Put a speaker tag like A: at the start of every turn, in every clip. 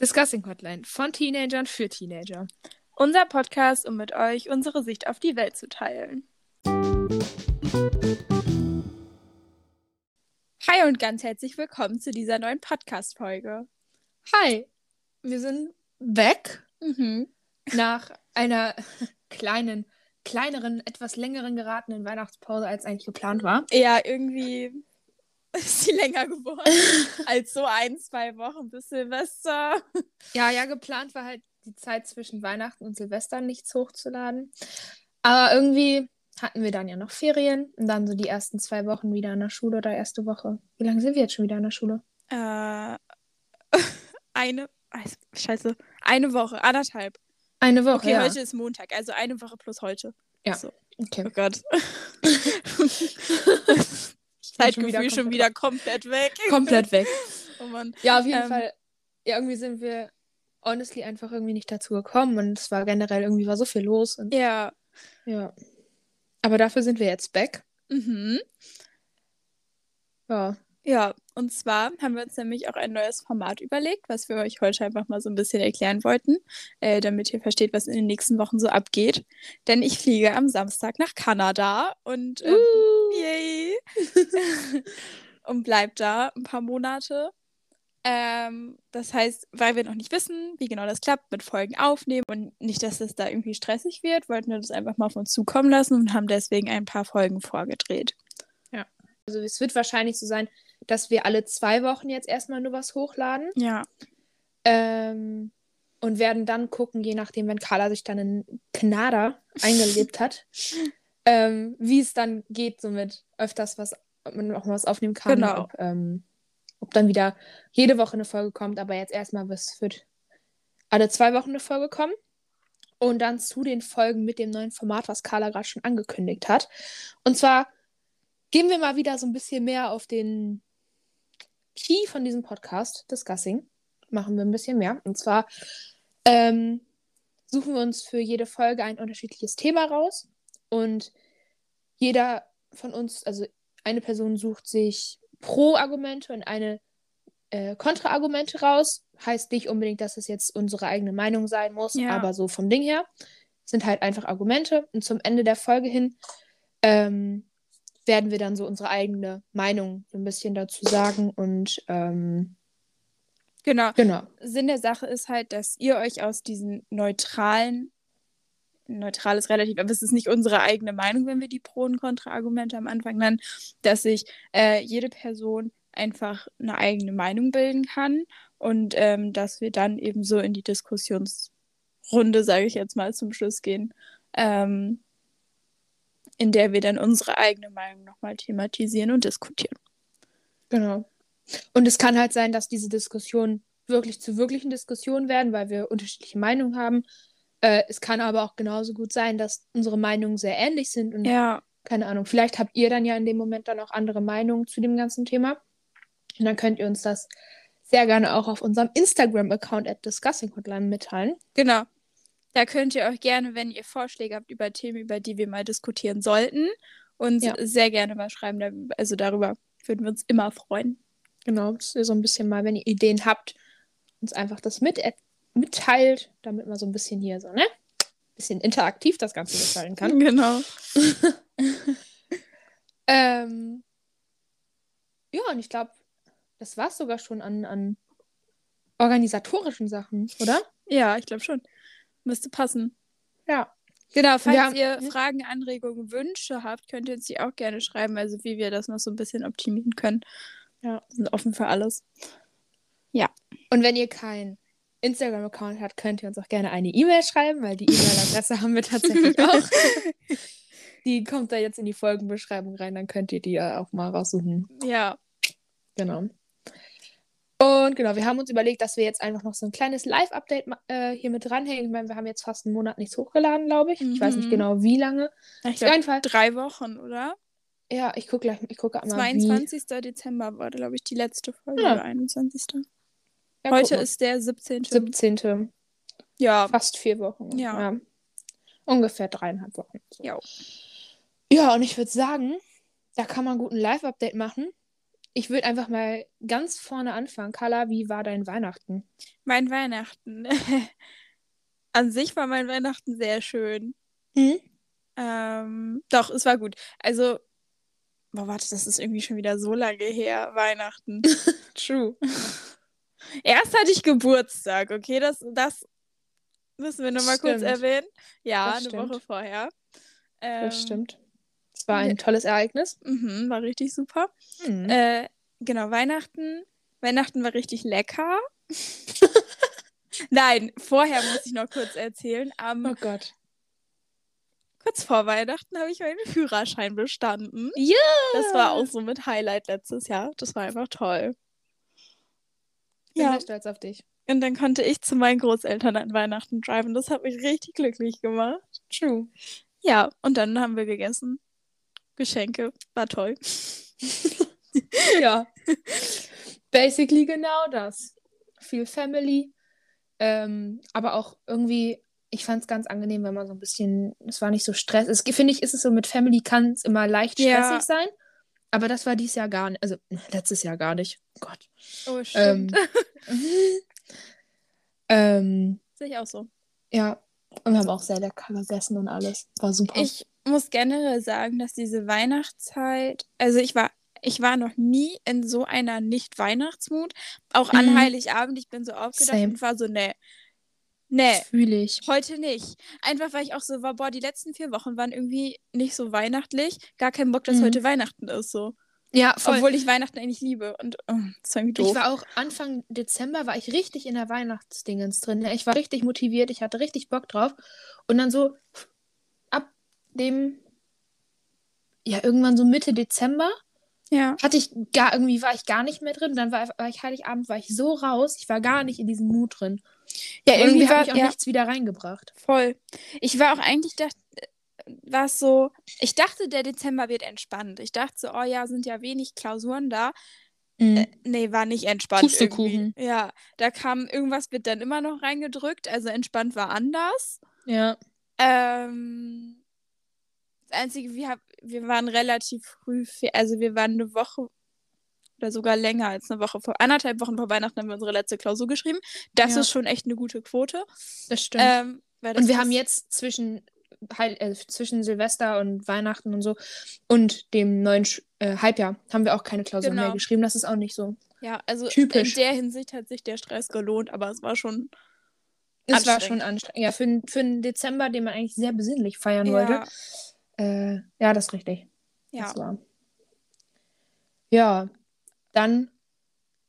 A: Discussing Hotline von Teenagern für Teenager.
B: Unser Podcast, um mit euch unsere Sicht auf die Welt zu teilen. Hi und ganz herzlich willkommen zu dieser neuen Podcast-Folge.
A: Hi, wir sind weg
B: Mhm.
A: nach einer kleinen, kleineren, etwas längeren geratenen Weihnachtspause, als eigentlich geplant war.
B: Ja, irgendwie ist sie länger geworden als so ein, zwei Wochen bis Silvester.
A: Ja, ja, geplant war halt die Zeit zwischen Weihnachten und Silvester nichts hochzuladen. Aber irgendwie hatten wir dann ja noch Ferien und dann so die ersten zwei Wochen wieder an der Schule oder erste Woche. Wie lange sind wir jetzt schon wieder an der Schule?
B: Äh, eine, also, scheiße, eine Woche, anderthalb.
A: Eine Woche.
B: Okay,
A: ja.
B: heute ist Montag, also eine Woche plus heute.
A: okay.
B: Oh Gott.
A: Ich bin schon wieder
B: Zeitgefühl schon
A: komplett-
B: wieder komplett weg.
A: komplett weg.
B: Oh Mann.
A: Ja, auf jeden
B: Ähm,
A: Fall. Ja, irgendwie sind wir honestly einfach irgendwie nicht dazu gekommen und es war generell irgendwie war so viel los und
B: Ja.
A: ja. Aber dafür sind wir jetzt back.
B: Mhm.
A: Ja.
B: Ja, und zwar haben wir uns nämlich auch ein neues Format überlegt, was wir euch heute einfach mal so ein bisschen erklären wollten, äh, damit ihr versteht, was in den nächsten Wochen so abgeht. Denn ich fliege am Samstag nach Kanada und ähm, Yay! und bleib da ein paar Monate. Ähm, das heißt, weil wir noch nicht wissen, wie genau das klappt, mit Folgen aufnehmen und nicht, dass es da irgendwie stressig wird, wollten wir das einfach mal auf uns zukommen lassen und haben deswegen ein paar Folgen vorgedreht.
A: Also es wird wahrscheinlich so sein, dass wir alle zwei Wochen jetzt erstmal nur was hochladen.
B: Ja.
A: Ähm, und werden dann gucken, je nachdem, wenn Carla sich dann in Kanada eingelebt hat, ähm, wie es dann geht, somit öfters was, ob man auch mal was aufnehmen kann.
B: Genau.
A: Ob, ähm, ob dann wieder jede Woche eine Folge kommt, aber jetzt erstmal, was wird alle zwei Wochen eine Folge kommen. Und dann zu den Folgen mit dem neuen Format, was Carla gerade schon angekündigt hat. Und zwar gehen wir mal wieder so ein bisschen mehr auf den Key von diesem Podcast, Discussing. Machen wir ein bisschen mehr. Und zwar ähm, suchen wir uns für jede Folge ein unterschiedliches Thema raus. Und jeder von uns, also eine Person sucht sich Pro-Argumente und eine äh, Kontra-Argumente raus. Heißt nicht unbedingt, dass es jetzt unsere eigene Meinung sein muss,
B: Ja.
A: aber so vom Ding her sind halt einfach Argumente. Und zum Ende der Folge hin ähm, werden wir dann so unsere eigene Meinung so ein bisschen dazu sagen. Und ähm,
B: Genau.
A: genau.
B: Sinn der Sache ist halt, dass ihr euch aus diesen neutralen, neutral ist relativ, aber es ist nicht unsere eigene Meinung, wenn wir die Pro- und Kontra-Argumente am Anfang nennen, dass sich äh, jede Person einfach eine eigene Meinung bilden kann und ähm, dass wir dann eben so in die Diskussionsrunde, sage ich jetzt mal, zum Schluss gehen, ähm, in der wir dann unsere eigene Meinung nochmal thematisieren und diskutieren.
A: Genau. Und es kann halt sein, dass diese Diskussionen wirklich zu wirklichen Diskussionen werden, weil wir unterschiedliche Meinungen haben. Äh, es kann aber auch genauso gut sein, dass unsere Meinungen sehr ähnlich sind und
B: Ja,
A: keine Ahnung, vielleicht habt ihr dann ja in dem Moment dann auch andere Meinungen zu dem ganzen Thema. Und dann könnt ihr uns das sehr gerne auch auf unserem Instagram-Account at discussinghotline mitteilen.
B: Genau. Da könnt ihr auch gerne, wenn ihr Vorschläge habt über Themen, über die wir mal diskutieren sollten, uns
A: Ja.
B: sehr gerne mal schreiben. da- Also darüber würden wir uns immer freuen.
A: Genau, dass ihr so ein bisschen mal, wenn ihr Ideen habt, uns einfach das mit äh, mitteilt, damit man so ein bisschen hier so, ne? Bisschen interaktiv das Ganze gestalten kann.
B: Genau.
A: Ähm, ja, und ich glaube, das war es sogar schon an, an organisatorischen Sachen, oder?
B: Ja, ich glaube schon. Müsste passen.
A: Ja.
B: Genau, falls
A: haben-
B: ihr
A: Hm?
B: Fragen, Anregungen, Wünsche habt, könnt ihr uns die auch gerne schreiben, also wie wir das noch so ein bisschen optimieren können.
A: Ja.
B: Wir sind offen für alles.
A: Und wenn ihr keinen Instagram-Account habt, könnt ihr uns auch gerne eine E-Mail schreiben, weil die E-Mail-Adresse haben wir tatsächlich auch. Die kommt da jetzt in die Folgenbeschreibung rein, dann könnt ihr die ja auch mal raussuchen.
B: Ja.
A: Genau. Und genau, wir haben uns überlegt, dass wir jetzt einfach noch so ein kleines Live-Update ma- äh, hier mit dranhängen. Ich meine, wir haben jetzt fast einen Monat nichts hochgeladen, glaube ich. Ich weiß nicht
B: Mhm.
A: genau, wie lange.
B: Ich
A: Auf
B: glaube,
A: jeden Fall
B: drei Wochen, oder?
A: Ja, ich gucke gleich, ich gucke mal.
B: 22. Dezember war, glaube ich, die letzte Folge
A: Ja.
B: oder 21.
A: Wie. Ja,
B: Heute
A: guck mal.
B: ist der 17.
A: 17.
B: Ja,
A: Fast vier Wochen.
B: Ja.
A: Ungefähr dreieinhalb Wochen.
B: Jo.
A: Ja, und ich würde sagen, da kann man gut ein Live-Update machen. ich würde einfach mal ganz vorne anfangen. Carla, wie war dein Weihnachten?
B: Mein Weihnachten. An sich war mein Weihnachten sehr schön.
A: Hm?
B: Ähm, doch, es war gut. Also, boah, warte, das ist irgendwie schon wieder so lange her, Weihnachten.
A: True.
B: Erst hatte ich Geburtstag, okay? Das, das müssen wir nochmal kurz
A: Stimmt.
B: erwähnen. Ja,
A: Das
B: eine
A: stimmt.
B: Woche vorher. Ähm, ne.
A: Das stimmt. Es war ein
B: ja.
A: tolles Ereignis.
B: Mhm, war richtig super.
A: Hm.
B: Äh, genau, Weihnachten. Weihnachten war richtig lecker. Nein, vorher muss ich noch kurz erzählen. Am,
A: oh Gott.
B: kurz vor Weihnachten habe ich meinen Führerschein bestanden.
A: Ja!
B: Das war auch so mit Highlight letztes Jahr. Das war einfach toll.
A: Ich bin
B: Ja,
A: sehr stolz auf dich.
B: und dann konnte ich zu meinen Großeltern an Weihnachten driven. Das hat mich richtig glücklich gemacht.
A: True.
B: Ja, und dann haben wir gegessen. Geschenke, war toll.
A: Ja. Basically genau das. Viel Family. Ähm, aber auch irgendwie, ich fand es ganz angenehm, wenn man so ein bisschen, es war nicht so Stress. Es finde ich, ist es so, mit Family kann es immer leicht
B: Ja.
A: stressig sein. Aber das war dieses Jahr gar nicht, also letztes Jahr gar nicht. Oh Gott.
B: Oh,
A: Ähm, ähm,
B: Sehe ich auch so.
A: ja, und wir haben auch sehr lecker gegessen und alles. War super.
B: Ich muss generell sagen, dass diese Weihnachtszeit, also ich war, ich war noch nie in so einer Nicht-Weihnachtsmut. Auch an
A: Mhm.
B: Heiligabend, ich bin so aufgedacht
A: Same.
B: und war so, nee, nee,
A: fühle ich.
B: heute nicht. Einfach weil ich auch so war, boah, die letzten vier Wochen waren irgendwie nicht so weihnachtlich. Gar keinen Bock, dass
A: Mhm.
B: heute Weihnachten ist, so.
A: Ja, voll.
B: Obwohl ich Weihnachten eigentlich liebe. Und oh, das war irgendwie doof.
A: Ich war auch Anfang Dezember war ich richtig in der Weihnachtsdingens drin. ne? Ich war richtig motiviert, ich hatte richtig Bock drauf. Und dann so ab dem, ja, irgendwann so Mitte Dezember
B: ja.
A: hatte ich gar, irgendwie war ich gar nicht mehr drin. Dann war, war ich Heiligabend, war ich so raus, ich war gar nicht in diesem Mut drin.
B: ja,
A: Und irgendwie
B: irgendwie
A: hat
B: war
A: mich auch
B: ja.
A: nichts wieder reingebracht.
B: Voll. Ich war auch eigentlich, dacht, war es so, ich dachte, der Dezember wird entspannt. Ich dachte so, oh ja, sind ja wenig Klausuren da. Äh, nee, war nicht entspannt.
A: Pustekuchen.
B: Irgendwie. Ja, da kam, irgendwas wird dann immer noch reingedrückt, also entspannt war anders.
A: Ja.
B: Ähm, das Einzige, wir, hab, wir waren relativ früh, fe- also wir waren eine Woche oder sogar länger als eine Woche vor, anderthalb Wochen vor Weihnachten haben wir unsere letzte Klausur geschrieben. Das
A: Ja.
B: ist schon echt eine gute Quote.
A: Das stimmt.
B: Ähm, weil das
A: und wir haben
B: ist-
A: jetzt zwischen, Heil, äh, zwischen Silvester und Weihnachten und so und dem neuen Sch äh, Halbjahr haben wir auch keine Klausur
B: Genau.
A: mehr geschrieben. Das ist auch nicht so.
B: Ja, also
A: Typisch.
B: in der Hinsicht hat sich der Stress gelohnt, aber es war schon.
A: Es war
B: Anstrengend.
A: schon anstrengend. Ja, für, n- für einen Dezember, den man eigentlich sehr besinnlich feiern
B: Ja.
A: wollte. Äh, ja, das ist richtig.
B: Ja,
A: Das war. Ja, dann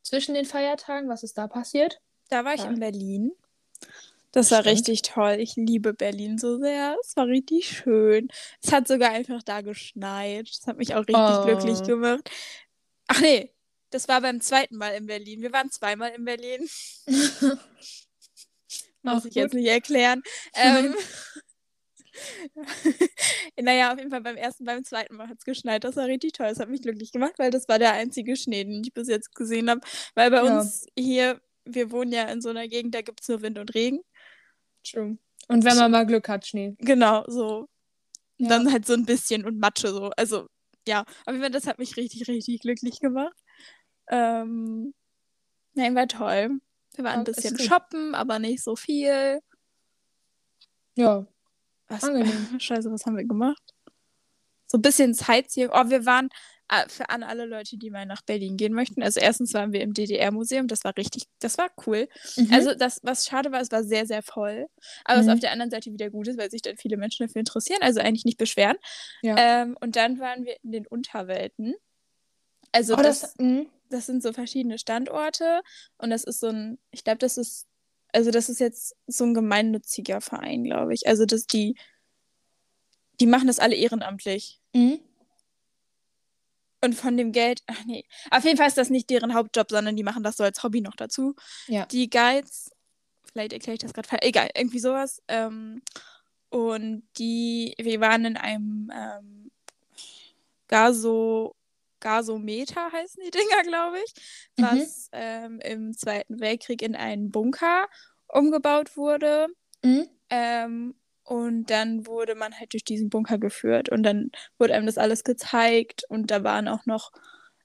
A: zwischen den Feiertagen, was ist da passiert?
B: da war ich
A: Ja.
B: in Berlin. Das war
A: Stimmt.
B: richtig toll. Ich liebe Berlin so sehr. Es war richtig schön. Es hat sogar einfach da geschneit. Das hat mich auch richtig
A: Oh.
B: glücklich gemacht. Ach nee, das war beim zweiten Mal in Berlin. Wir waren zweimal in Berlin. Muss
A: Auch
B: ich
A: gut.
B: jetzt nicht erklären. Ähm, naja, auf jeden Fall beim ersten, beim zweiten Mal hat es geschneit. Das war richtig toll. Das hat mich glücklich gemacht, weil das war der einzige Schnee, den ich bis jetzt gesehen habe. Weil bei
A: Ja.
B: uns hier, wir wohnen ja in so einer Gegend, da gibt es nur Wind und Regen.
A: True. Und wenn man mal Glück hat, Schnee.
B: Genau, so.
A: Ja.
B: Dann halt so ein bisschen und Matsche so. Also, ja, auf jeden Fall, das hat mich richtig, richtig glücklich gemacht. Ähm, nein, war toll. Wir waren
A: Ja,
B: ein
A: ist
B: bisschen
A: gut.
B: shoppen, aber nicht so viel.
A: Ja.
B: Was?
A: Angenehm.
B: Scheiße, was haben wir gemacht? So ein bisschen Sightseeing. Oh, wir waren äh, für an alle Leute, die mal nach Berlin gehen möchten. Also erstens waren wir im DDR-Museum, das war richtig, das war cool.
A: Also,
B: Also das, was schade war, es war sehr, sehr voll. Aber
A: Mhm.
B: was auf der anderen Seite wieder gut ist, weil sich dann viele Menschen dafür interessieren, also eigentlich nicht beschweren.
A: Ja.
B: Ähm, und dann waren wir in den Unterwelten. Also
A: oh,
B: das,
A: das, mhm.
B: das sind so verschiedene Standorte und das ist so ein, ich glaube, das ist, also das ist jetzt so ein gemeinnütziger Verein, glaube ich. Also dass die, die machen das alle ehrenamtlich.
A: Mhm.
B: Und von dem Geld, ach nee, auf jeden Fall ist das nicht deren Hauptjob, sondern die machen das so als Hobby noch dazu.
A: Ja.
B: Die Guides, vielleicht erkläre ich das gerade falsch, egal, irgendwie sowas. Ähm, und die, wir waren in einem ähm, Gaso, Gasometer heißen die Dinger, glaube ich,
A: Mhm.
B: was ähm, im Zweiten Weltkrieg in einen Bunker umgebaut wurde.
A: Mhm.
B: Ähm, und dann wurde man halt durch diesen Bunker geführt und dann wurde einem das alles gezeigt und da waren auch noch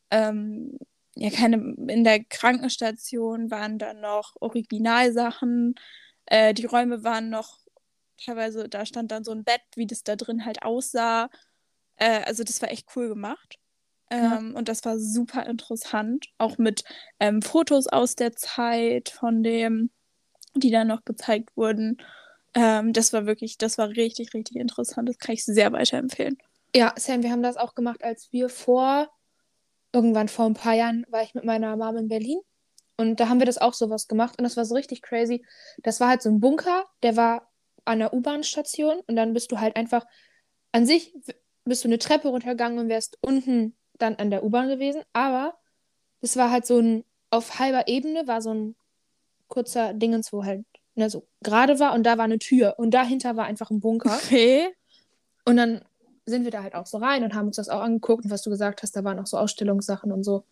B: ähm, ja, keine, in der Krankenstation waren dann noch Originalsachen. Äh, die Räume waren noch teilweise, da stand dann so ein Bett, wie das da drin halt aussah. Äh, also das war echt cool gemacht. Ähm, Und das war super interessant. Auch mit ähm, Fotos aus der Zeit von dem, die dann noch gezeigt wurden. Ähm, das war wirklich, das war richtig, richtig interessant. Das kann ich sehr weiterempfehlen.
A: Ja, Sam, wir haben das auch gemacht, als wir vor, irgendwann vor ein paar Jahren, war ich mit meiner Mom in Berlin. Und da haben wir das auch sowas gemacht. Und das war so richtig crazy. Das war halt so ein Bunker, der war an der U-Bahn-Station. Und dann bist du halt einfach, an sich w- bist du eine Treppe runtergegangen und wärst unten dann an der U-Bahn gewesen. Aber das war halt so ein, auf halber Ebene war so ein kurzer Dingens, wo halt, ne, so gerade war. Und da war eine Tür. Und dahinter war einfach ein Bunker.
B: Okay.
A: Und dann sind wir da halt auch so rein und haben uns das auch angeguckt. Und was du gesagt hast, da waren auch so Ausstellungssachen und so.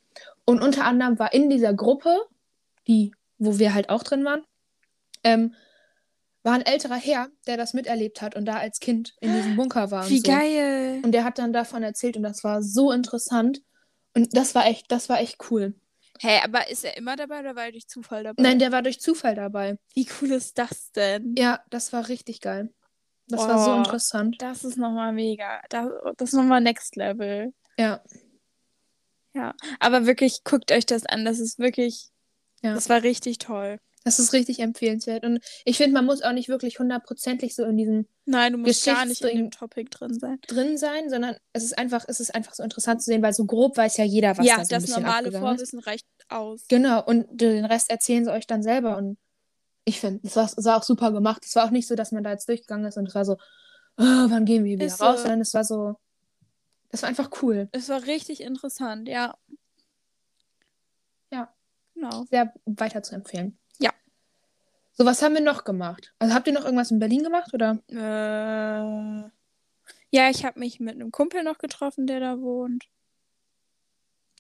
A: Und unter anderem war in dieser Gruppe, die, wo wir halt auch drin waren, ähm, war ein älterer Herr, der das miterlebt hat und da als Kind in diesem Bunker war. Und
B: Wie
A: so.
B: geil.
A: Und der hat dann davon erzählt und das war so interessant. Und das war echt, das war echt cool.
B: Hey, aber ist er immer dabei oder war er durch Zufall dabei?
A: Nein, der war durch Zufall dabei.
B: Wie cool ist das denn?
A: Ja, das war richtig geil. Das war so
B: Oh.
A: interessant.
B: Das ist nochmal mega. Das, das ist nochmal Next Level.
A: Ja,
B: Aber wirklich, guckt euch das an. Das ist wirklich,
A: Ja.
B: das war richtig toll.
A: das ist richtig empfehlenswert. Und ich finde, man muss auch nicht wirklich hundertprozentig so in diesem
B: Nein, du musst gar nicht in dem
A: Geschichtsding.
B: Topic drin sein.
A: drin sein, sondern es ist einfach, es ist einfach so interessant zu sehen, weil so grob weiß ja jeder, was
B: ja,
A: da so ein
B: das
A: bisschen
B: normale
A: abgegangen ist.
B: Vorwissen reicht aus.
A: Genau, und den Rest erzählen sie euch dann selber. Und ich finde, das war, das war auch super gemacht. Es war auch nicht so, dass man da jetzt durchgegangen ist und es war so, "Ah, wann gehen wir wieder
B: Ist so.
A: raus? Sondern es war so, das war einfach cool.
B: Es war richtig interessant, ja.
A: Ja.
B: Genau.
A: Sehr weiter zu empfehlen.
B: Ja.
A: So, was haben wir noch gemacht? Also habt ihr noch irgendwas in Berlin gemacht oder?
B: Äh, ja, ich habe mich mit einem Kumpel noch getroffen, der da wohnt.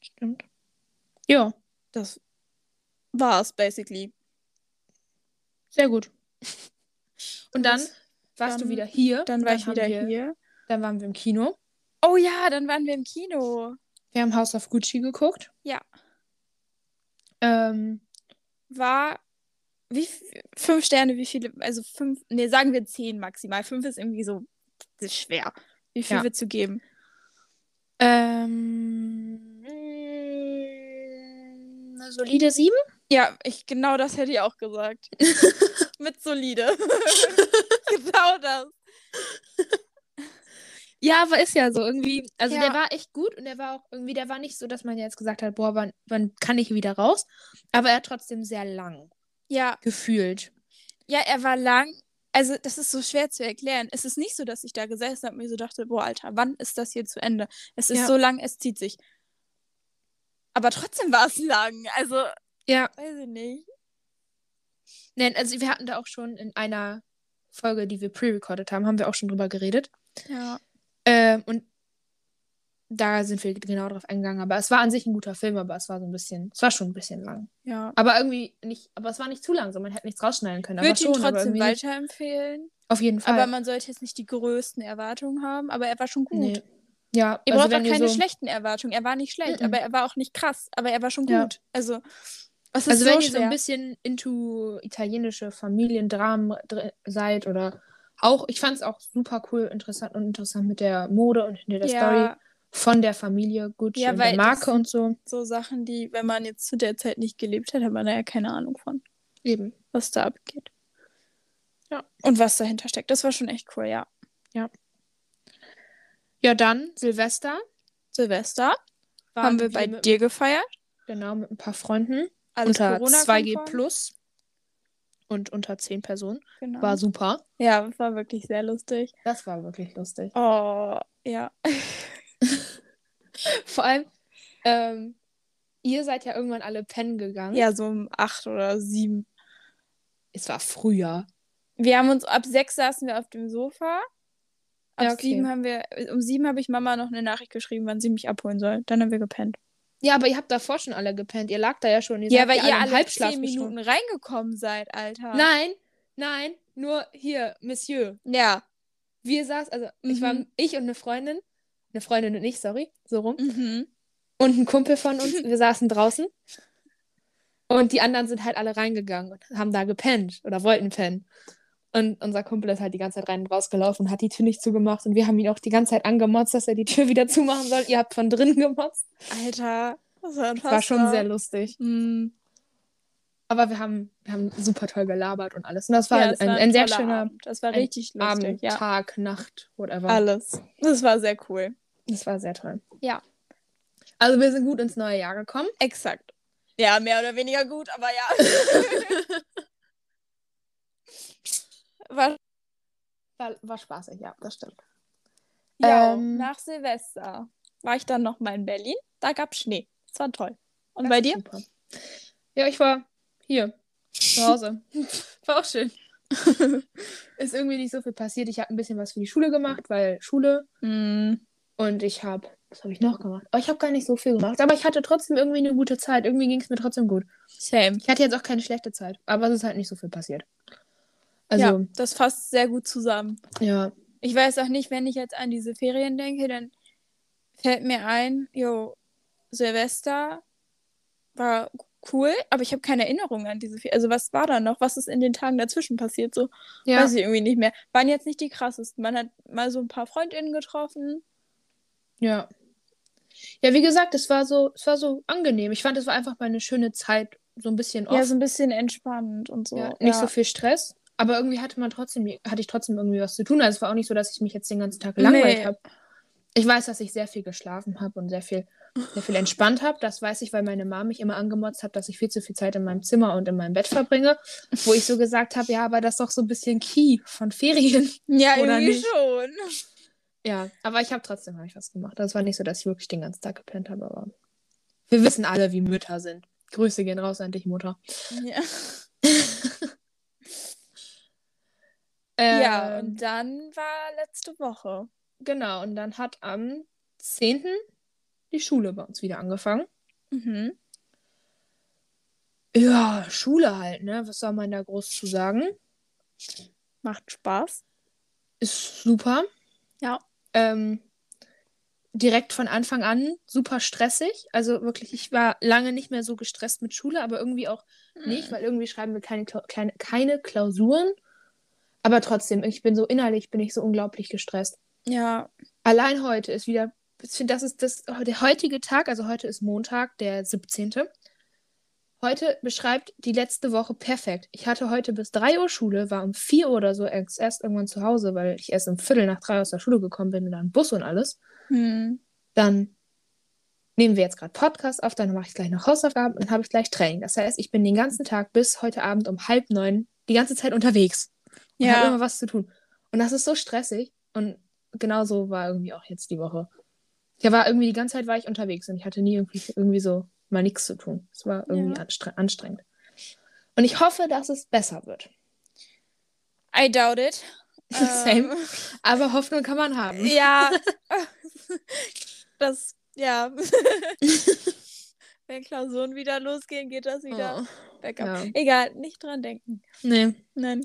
A: Stimmt. Ja,
B: Das war's, basically.
A: sehr gut. Und dann
B: Das-
A: warst du
B: dann-
A: wieder hier.
B: Dann
A: und
B: war ich
A: haben
B: wieder
A: wir,
B: hier.
A: Dann waren wir im Kino.
B: Oh ja, dann waren wir im Kino.
A: Wir haben House of Gucci geguckt.
B: Ja.
A: Ähm,
B: war wie f- fünf Sterne, wie viele, also fünf, nee, sagen wir zehn maximal. Fünf ist irgendwie so das ist schwer, wie viel
A: Ja.
B: wir zu geben.
A: ähm, mm, eine solide 7?
B: Ja, ich genau das hätte ich auch gesagt. Mit solide. genau das.
A: Ja, aber ist ja so irgendwie. Also
B: Ja.
A: der war echt gut und der war auch irgendwie, der war nicht so, dass man jetzt gesagt hat, boah, wann, wann kann ich wieder raus? Aber er hat trotzdem sehr lang
B: Ja,
A: gefühlt.
B: ja, er war lang. Also, das ist so schwer zu erklären. Es ist nicht so, dass ich da gesessen habe und mir so dachte, boah, Alter, wann ist das hier zu Ende? Es ist
A: Ja.
B: so lang, es zieht sich. Aber trotzdem war es lang. Also,
A: Ja.
B: weiß ich nicht.
A: Nein, also wir hatten da auch schon in einer Folge, die wir pre-recorded haben, haben wir auch schon drüber geredet.
B: Ja.
A: Ähm, und da sind wir genau drauf eingegangen. Aber es war an sich ein guter Film, aber es war so ein bisschen, es war schon ein bisschen lang.
B: Ja.
A: Aber irgendwie nicht, aber es war nicht zu lang, so man hätte nichts rausschneiden können. aber
B: Würde ihn
A: schon, aber
B: trotzdem
A: irgendwie nicht.
B: weiterempfehlen.
A: Auf jeden Fall.
B: Aber man sollte jetzt nicht die größten Erwartungen haben, aber er war schon gut.
A: nee. Ja,
B: Ihr
A: also
B: braucht
A: wenn
B: auch
A: ihr
B: keine
A: so,
B: schlechten Erwartungen. Er war nicht schlecht,
A: Mhm.
B: aber er war auch nicht krass, aber er war schon gut.
A: Ja.
B: Also, es ist
A: Also
B: so
A: wenn ihr
B: schwer.
A: so ein bisschen into italienische Familiendramen dr- seid oder auch, ich fand es auch super cool, interessant und interessant mit der Mode und hinter der Story
B: ja,
A: von der Familie Gucci
B: Ja,
A: und
B: weil
A: der
B: das-
A: Marke und so.
B: so Sachen, die, wenn man jetzt zu der Zeit nicht gelebt hat, hat man da ja keine Ahnung von,
A: Eben.
B: was da abgeht.
A: Ja.
B: Und was dahinter steckt. Das war schon echt cool, ja.
A: Ja, dann Silvester
B: Silvester
A: waren
B: haben wir bei
A: mit,
B: dir gefeiert.
A: genau mit ein paar Freunden.
B: Alles
A: unter
B: Corona-konform.
A: 2G plus und unter 10 Personen.
B: Genau.
A: War super.
B: ja, das war wirklich sehr lustig.
A: Das war wirklich lustig.
B: Oh, ja.
A: Vor allem, ähm, ihr seid ja irgendwann alle pennen gegangen.
B: Ja, so um acht oder sieben
A: Es war früher.
B: Wir haben uns ab sechs saßen wir auf dem Sofa. Ab
A: Ja, okay.
B: sieben haben wir, um sieben habe ich Mama noch eine Nachricht geschrieben, wann sie mich abholen soll. Dann haben wir gepennt.
A: Ja, aber ihr habt davor schon alle gepennt. Ihr lag da ja schon. Ihr
B: ja,
A: seid
B: weil ihr
A: im
B: alle
A: Halbschlaf
B: zehn
A: gestorben.
B: Minuten reingekommen seid, Alter.
A: Nein, nein, nur hier, Monsieur.
B: Ja.
A: Wir saßen, also ich war
B: Mhm.
A: ich und eine Freundin, eine Freundin und ich, sorry, so rum.
B: Mhm.
A: Und ein Kumpel von uns, wir saßen draußen. Und die anderen sind halt alle reingegangen und haben da gepennt oder wollten pennen. Und unser Kumpel ist halt die ganze Zeit rein und rausgelaufen und hat die Tür nicht zugemacht. Und wir haben ihn auch die ganze Zeit angemotzt, dass er die Tür wieder zumachen soll. Ihr habt von drinnen gemotzt.
B: Alter, das war,
A: Das war schon sehr Mhm. lustig.
B: lustig.
A: Aber wir haben, wir haben super toll gelabert und alles. Und das war,
B: Ja, es
A: ein,
B: war
A: ein sehr
B: toller
A: schöner
B: Abend. Das war
A: ein
B: richtig
A: Abend,
B: lustig. Ja,
A: Tag, Nacht, whatever.
B: alles. Das war sehr cool.
A: Das war sehr toll.
B: Ja.
A: Also wir sind gut ins neue Jahr gekommen.
B: Exakt. Ja, mehr oder weniger gut, aber ja. war,
A: War, war spaßig, ja, das stimmt.
B: ja
A: Ähm,
B: nach Silvester war ich dann nochmal in Berlin. Da gab es Schnee. Das war toll. Und bei dir?
A: Super. Ja, ich war hier zu Hause. war auch schön. Ist irgendwie nicht so viel passiert. Ich habe ein bisschen was für die Schule gemacht, weil Schule
B: Mm,
A: und ich habe, was habe ich noch gemacht? Oh, ich habe gar nicht so viel gemacht, aber ich hatte trotzdem irgendwie eine gute Zeit. Irgendwie ging es mir trotzdem gut.
B: same.
A: Ich hatte jetzt auch keine schlechte Zeit, aber es ist halt nicht so viel passiert. Also,
B: ja, das fasst sehr gut zusammen.
A: ja,
B: Ich weiß auch nicht, wenn ich jetzt an diese Ferien denke, dann fällt mir ein, jo, Silvester war cool, aber ich habe keine Erinnerung an diese Ferien. Also was war da noch? Was ist in den Tagen dazwischen passiert? So
A: ja.
B: weiß ich irgendwie nicht mehr. Waren jetzt nicht die krassesten. Man hat mal so ein paar Freundinnen getroffen.
A: Ja. Ja, wie gesagt, es war so, es war so angenehm. Ich fand, es war einfach mal eine schöne Zeit, so ein bisschen off,
B: Ja, so ein bisschen entspannt und so.
A: ja, nicht so viel Stress, aber irgendwie hatte man trotzdem, hatte ich trotzdem irgendwie was zu tun. Also es war auch nicht so, dass ich mich jetzt den ganzen Tag gelangweilt
B: Nee.
A: habe. Ich weiß, dass ich sehr viel geschlafen habe und sehr viel, sehr viel entspannt habe. Das weiß ich, weil meine Mama mich immer angemotzt hat, dass ich viel zu viel Zeit in meinem Zimmer und in meinem Bett verbringe, wo ich so gesagt habe, ja, aber das ist doch so ein bisschen Key von Ferien.
B: Ja,
A: Oder
B: irgendwie
A: nicht?
B: schon.
A: Ja, aber ich habe trotzdem hab ich was gemacht. Das war nicht so, dass ich wirklich den ganzen Tag gepennt habe, aber wir wissen alle, wie Mütter sind. Grüße gehen raus an dich, Mutter.
B: Ja.
A: Ähm,
B: ja, und dann war letzte Woche.
A: genau. Und dann hat am 10. die Schule bei uns wieder angefangen.
B: Mhm.
A: Ja, Schule halt, ne? Was soll man da groß zu sagen?
B: Macht Spaß.
A: Ist super.
B: Ja.
A: Ähm, direkt von Anfang an super stressig. Also wirklich, ich war lange nicht mehr so gestresst mit Schule, aber irgendwie auch nicht, weil irgendwie schreiben wir keine, Klau- kleine, keine Klausuren. Aber trotzdem, ich bin so innerlich, bin ich so unglaublich gestresst.
B: Ja.
A: Allein heute ist wieder, ich finde, das ist das, oh, der heutige Tag, also heute ist Montag, der 17. Heute beschreibt die letzte Woche perfekt. Ich hatte heute bis 3 Uhr Schule, war um 4 Uhr oder so erst, erst irgendwann zu Hause, weil ich erst um Viertel nach 3 aus der Schule gekommen bin und dann Bus und alles.
B: Hm.
A: Dann nehmen wir jetzt gerade Podcast auf, dann mache ich gleich noch Hausaufgaben und dann habe ich gleich Training. Das heißt, ich bin den ganzen Tag bis heute Abend um halb neun die ganze Zeit unterwegs und habe
B: Ja.
A: immer was zu tun. Und das ist so stressig. Und genauso war irgendwie auch jetzt die Woche. Ja, war irgendwie die ganze Zeit war ich unterwegs und ich hatte nie irgendwie, irgendwie so mal nichts zu tun. Es war irgendwie
B: Ja.
A: anstre anstrengend. Und ich hoffe, dass es besser wird.
B: I doubt it.
A: Same. Aber Hoffnung kann man haben.
B: Ja. Das, ja. Wenn Klausuren wieder losgehen, geht das wieder
A: Oh.
B: back up.
A: Ja.
B: Egal, nicht dran denken.
A: Nee,
B: Nein.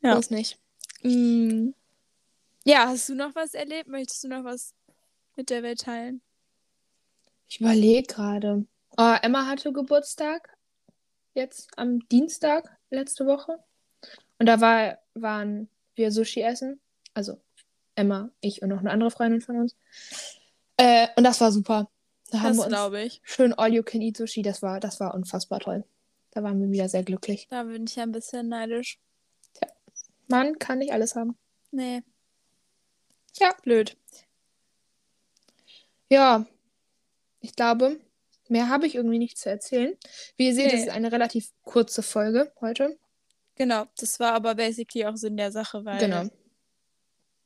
B: Ja.
A: ja. bloß nicht.
B: Mm. Ja, hast du noch was erlebt? Möchtest du noch was mit der Welt teilen?
A: Ich überlege gerade. Oh, Emma hatte Geburtstag jetzt am Dienstag letzte Woche. Und da war, waren wir Sushi essen. Also Emma, ich und noch eine andere Freundin von uns. Äh, und das war super. Da haben
B: das
A: wir uns
B: glaube ich.
A: schön All You Can Eat Sushi. Das war, das war unfassbar toll. Da waren wir wieder sehr glücklich.
B: Da bin ich ja ein bisschen neidisch.
A: Man kann nicht alles haben.
B: Nee.
A: Ja.
B: Blöd.
A: Ja, ich glaube, mehr habe ich irgendwie nicht zu erzählen. Wie ihr seht,
B: Nee.
A: es ist eine relativ kurze Folge heute.
B: Genau, das war aber basically auch Sinn der Sache, weil.
A: Genau.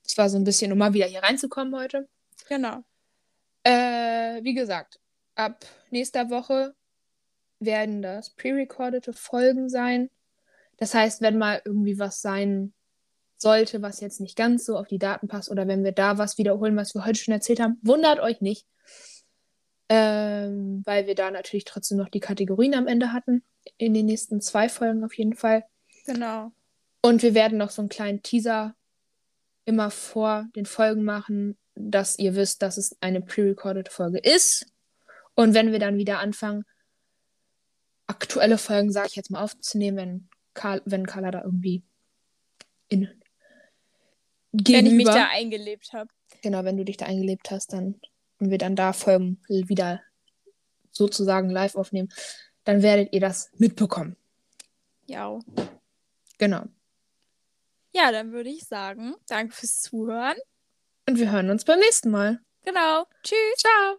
A: Es war so ein bisschen, um mal wieder hier reinzukommen heute.
B: Genau.
A: Äh, wie gesagt, ab nächster Woche werden das pre-recordete Folgen sein. Das heißt, wenn mal irgendwie was sein sollte, was jetzt nicht ganz so auf die Daten passt, oder wenn wir da was wiederholen, was wir heute schon erzählt haben, wundert euch nicht. Ähm, weil wir da natürlich trotzdem noch die Kategorien am Ende hatten. In den nächsten zwei Folgen auf jeden Fall.
B: Genau.
A: Und wir werden noch so einen kleinen Teaser immer vor den Folgen machen, dass ihr wisst, dass es eine pre-recorded Folge ist. Und wenn wir dann wieder anfangen, aktuelle Folgen, sage ich jetzt mal, aufzunehmen, wenn, Karl, wenn Carla da irgendwie in.
B: Wenn ich mich
A: gegenüber-
B: da eingelebt habe.
A: Genau, wenn du dich da eingelebt hast, dann und wir dann da Folgen wieder sozusagen live aufnehmen, dann werdet ihr das mitbekommen.
B: Ja.
A: Genau.
B: Ja, dann würde ich sagen, danke fürs Zuhören.
A: Und wir hören uns beim nächsten Mal.
B: Genau. Tschüss.
A: Ciao.